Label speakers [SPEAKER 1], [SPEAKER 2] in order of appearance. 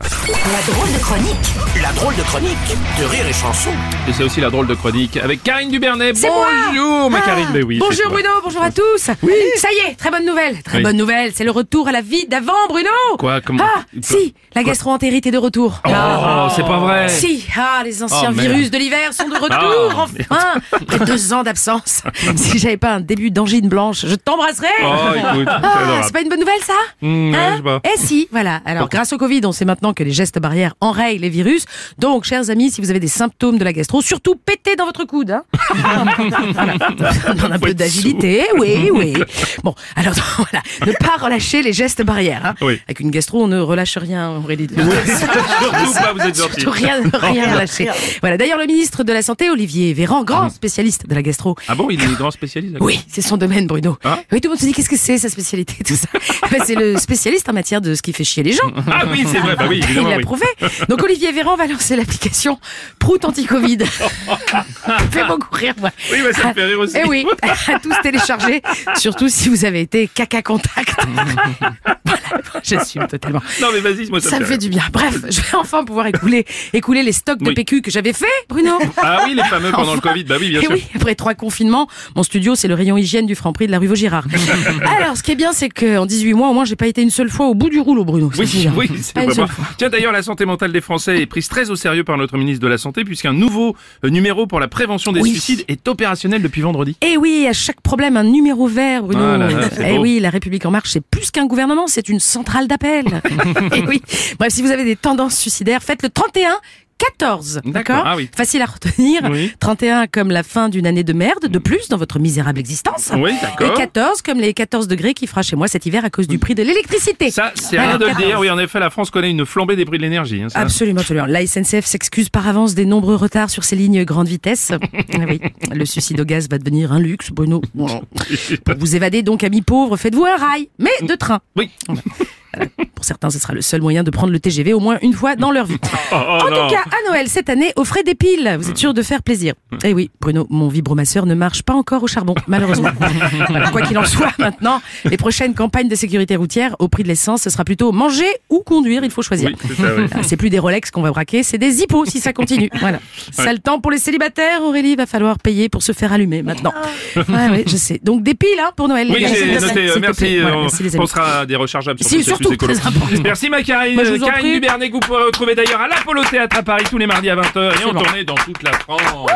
[SPEAKER 1] La drôle de chronique.
[SPEAKER 2] La drôle de chronique de Rire et Chanson.
[SPEAKER 3] Et c'est aussi la drôle de chronique avec Karine Dubernay.
[SPEAKER 4] C'est moi
[SPEAKER 3] Bonjour, ma
[SPEAKER 4] Ah,
[SPEAKER 3] Karine. Mais oui, c'est
[SPEAKER 4] Bonjour
[SPEAKER 3] toi.
[SPEAKER 4] Bruno, bonjour à tous. Oui. Ça y est, très bonne nouvelle. Très
[SPEAKER 3] Oui.
[SPEAKER 4] bonne nouvelle, c'est le retour à la vie d'avant Bruno.
[SPEAKER 3] Quoi, comment-
[SPEAKER 4] Ah,
[SPEAKER 3] Quoi
[SPEAKER 4] si, la gastro-entérite est de retour.
[SPEAKER 3] Oh, c'est pas vrai.
[SPEAKER 4] Ah, Si, ah, les anciens
[SPEAKER 3] Oh, merde.
[SPEAKER 4] virus de l'hiver sont de retour,
[SPEAKER 3] Ah,
[SPEAKER 4] enfin Après deux ans d'absence, si j'avais pas un début d'angine blanche, je t'embrasserais
[SPEAKER 3] Oh, écoute,
[SPEAKER 4] Ah,
[SPEAKER 3] c'est adorable.
[SPEAKER 4] c'est pas une bonne nouvelle ça
[SPEAKER 3] Hmm, ouais, je sais pas.
[SPEAKER 4] Eh si, voilà. Alors grâce au Covid, on sait maintenant que les gestes barrières enrayent les virus. Donc, chers amis, si vous avez des symptômes de la gastro, surtout pétez dans votre coude. Hein. Voilà. On demande un
[SPEAKER 3] Faut
[SPEAKER 4] peu
[SPEAKER 3] être
[SPEAKER 4] d'agilité, oui, oui. Bon, alors voilà, ne pas relâcher les gestes barrières. hein.
[SPEAKER 3] Oui.
[SPEAKER 4] Avec une gastro, on ne relâche rien, Aurélie.
[SPEAKER 3] Surtout pas, vous êtes gentil.
[SPEAKER 4] Surtout rien, rien relâcher. Voilà. D'ailleurs, le ministre de la Santé, Olivier Véran, grand spécialiste de la gastro,
[SPEAKER 3] Ah bon, il est grand spécialiste d'accord.
[SPEAKER 4] oui, c'est son domaine, Bruno.
[SPEAKER 3] Hein
[SPEAKER 4] oui, tout le monde se dit qu'est-ce que c'est sa spécialité, tout ça. Ben, c'est le spécialiste en matière de ce qui fait chier les gens.
[SPEAKER 3] Ah oui, c'est vrai, bah oui,
[SPEAKER 4] Il
[SPEAKER 3] évidemment.
[SPEAKER 4] l'a
[SPEAKER 3] oui.
[SPEAKER 4] prouvé. Donc Olivier Véran va lancer l'application Prout anti-Covid. Ça me fait beaucoup rire, moi.
[SPEAKER 3] Oui, mais ça me fait rire aussi.
[SPEAKER 4] Eh oui, à tous télécharger, surtout si vous avez été caca contact. voilà, j'assume totalement.
[SPEAKER 3] Non, mais vas-y, moi, ça,
[SPEAKER 4] Ça me fait
[SPEAKER 3] rire.
[SPEAKER 4] du bien. Bref, je vais enfin pouvoir écouler, écouler les stocks de
[SPEAKER 3] Oui.
[SPEAKER 4] PQ que j'avais fait, Bruno.
[SPEAKER 3] Ah oui, les fameux pendant le
[SPEAKER 4] Enfin.
[SPEAKER 3] Covid. Bah oui, bien
[SPEAKER 4] Eh
[SPEAKER 3] sûr.
[SPEAKER 4] oui, après trois confinements, mon studio, c'est le rayon hygiène du Franprix de la rue Vaugirard. Alors, ce qui est bien, c'est qu'en 18 mois, au moins, j'ai pas été une seule fois au bout du rouleau, Bruno. Ça, c'est Eh,
[SPEAKER 3] Oui,
[SPEAKER 4] bien.
[SPEAKER 3] oui, c'est
[SPEAKER 4] Pas une
[SPEAKER 3] pas
[SPEAKER 4] seule
[SPEAKER 3] moi. Tiens, d'ailleurs, la santé mentale des Français est prise très au sérieux par notre ministre de la Santé, puisqu'un nouveau euh, numéro pour la prévention des
[SPEAKER 4] Oui.
[SPEAKER 3] suicides est opérationnel depuis vendredi.
[SPEAKER 4] Eh oui, à chaque problème, un numéro vert, Bruno.
[SPEAKER 3] Ah là là, c'est
[SPEAKER 4] eh
[SPEAKER 3] beau.
[SPEAKER 4] oui, la République En Marche, c'est plus qu'un gouvernement, c'est une centrale d'appel. eh oui. Bref, si vous avez des tendances suicidaires, faites le 31 14,
[SPEAKER 3] D'accord,
[SPEAKER 4] d'accord
[SPEAKER 3] ah oui.
[SPEAKER 4] Facile à retenir.
[SPEAKER 3] Oui. Mm.
[SPEAKER 4] 31 comme la fin d'une année de merde, de plus dans votre misérable existence.
[SPEAKER 3] Oui, d'accord. Mm.
[SPEAKER 4] Et 14 comme les 14 degrés qu'il fera chez moi cet hiver à cause du prix de l'électricité.
[SPEAKER 3] Ça, c'est
[SPEAKER 4] Voilà,
[SPEAKER 3] rien de le
[SPEAKER 4] 14.
[SPEAKER 3] dire. Oui, en effet, la France connaît une flambée des prix de l'énergie. hein, ça.
[SPEAKER 4] Absolument, absolument. La SNCF s'excuse par avance des nombreux retards sur ses lignes grande vitesse. Ah oui, le suicide au gaz va devenir un luxe, Bruno. Pour vous évader donc, amis pauvres, faites-vous un rail, mais de train.
[SPEAKER 3] Oui.
[SPEAKER 4] Pour certains, ce sera le seul moyen de prendre le TGV au moins une fois dans leur vie.
[SPEAKER 3] Oh, oh,
[SPEAKER 4] en
[SPEAKER 3] non. Mm.
[SPEAKER 4] tout cas, à Noël cette année, offrez des piles. Vous êtes sûr de faire plaisir. Eh oui, Bruno, mon vibromasseur ne marche pas encore au charbon, malheureusement. Voilà, Quoi qu'il en soit, maintenant, les prochaines campagnes de sécurité routière, au prix de l'essence, ce sera plutôt manger ou conduire. Il faut choisir.
[SPEAKER 3] Oui, c'est ça, oui.
[SPEAKER 4] Ah, C'est plus des Rolex qu'on va braquer, c'est des hippos si ça continue. Voilà. Sale temps pour les célibataires, Aurélie, va falloir payer pour se faire allumer maintenant. Ouais, ouais, je sais. Donc des piles hein, pour Noël. les
[SPEAKER 3] Oui,
[SPEAKER 4] gars. S'il
[SPEAKER 3] j'ai
[SPEAKER 4] te plaît,
[SPEAKER 3] noté. euh,
[SPEAKER 4] s'il te plaît.
[SPEAKER 3] Merci.
[SPEAKER 4] Voilà,
[SPEAKER 3] euh,
[SPEAKER 4] merci les
[SPEAKER 3] on
[SPEAKER 4] amis.
[SPEAKER 3] pensera à des recherchables sur
[SPEAKER 4] Si,
[SPEAKER 3] ce sujet
[SPEAKER 4] surtout,
[SPEAKER 3] plus écolo.
[SPEAKER 4] très important.
[SPEAKER 3] Merci ma Karine.
[SPEAKER 4] Moi, je vous en
[SPEAKER 3] Karine
[SPEAKER 4] prie.
[SPEAKER 3] Dubernet que vous pourrez retrouver d'ailleurs à l'Apollo Théâtre à Paris tous les mardis à 20h et en
[SPEAKER 4] bon.
[SPEAKER 3] tournée dans toute la France.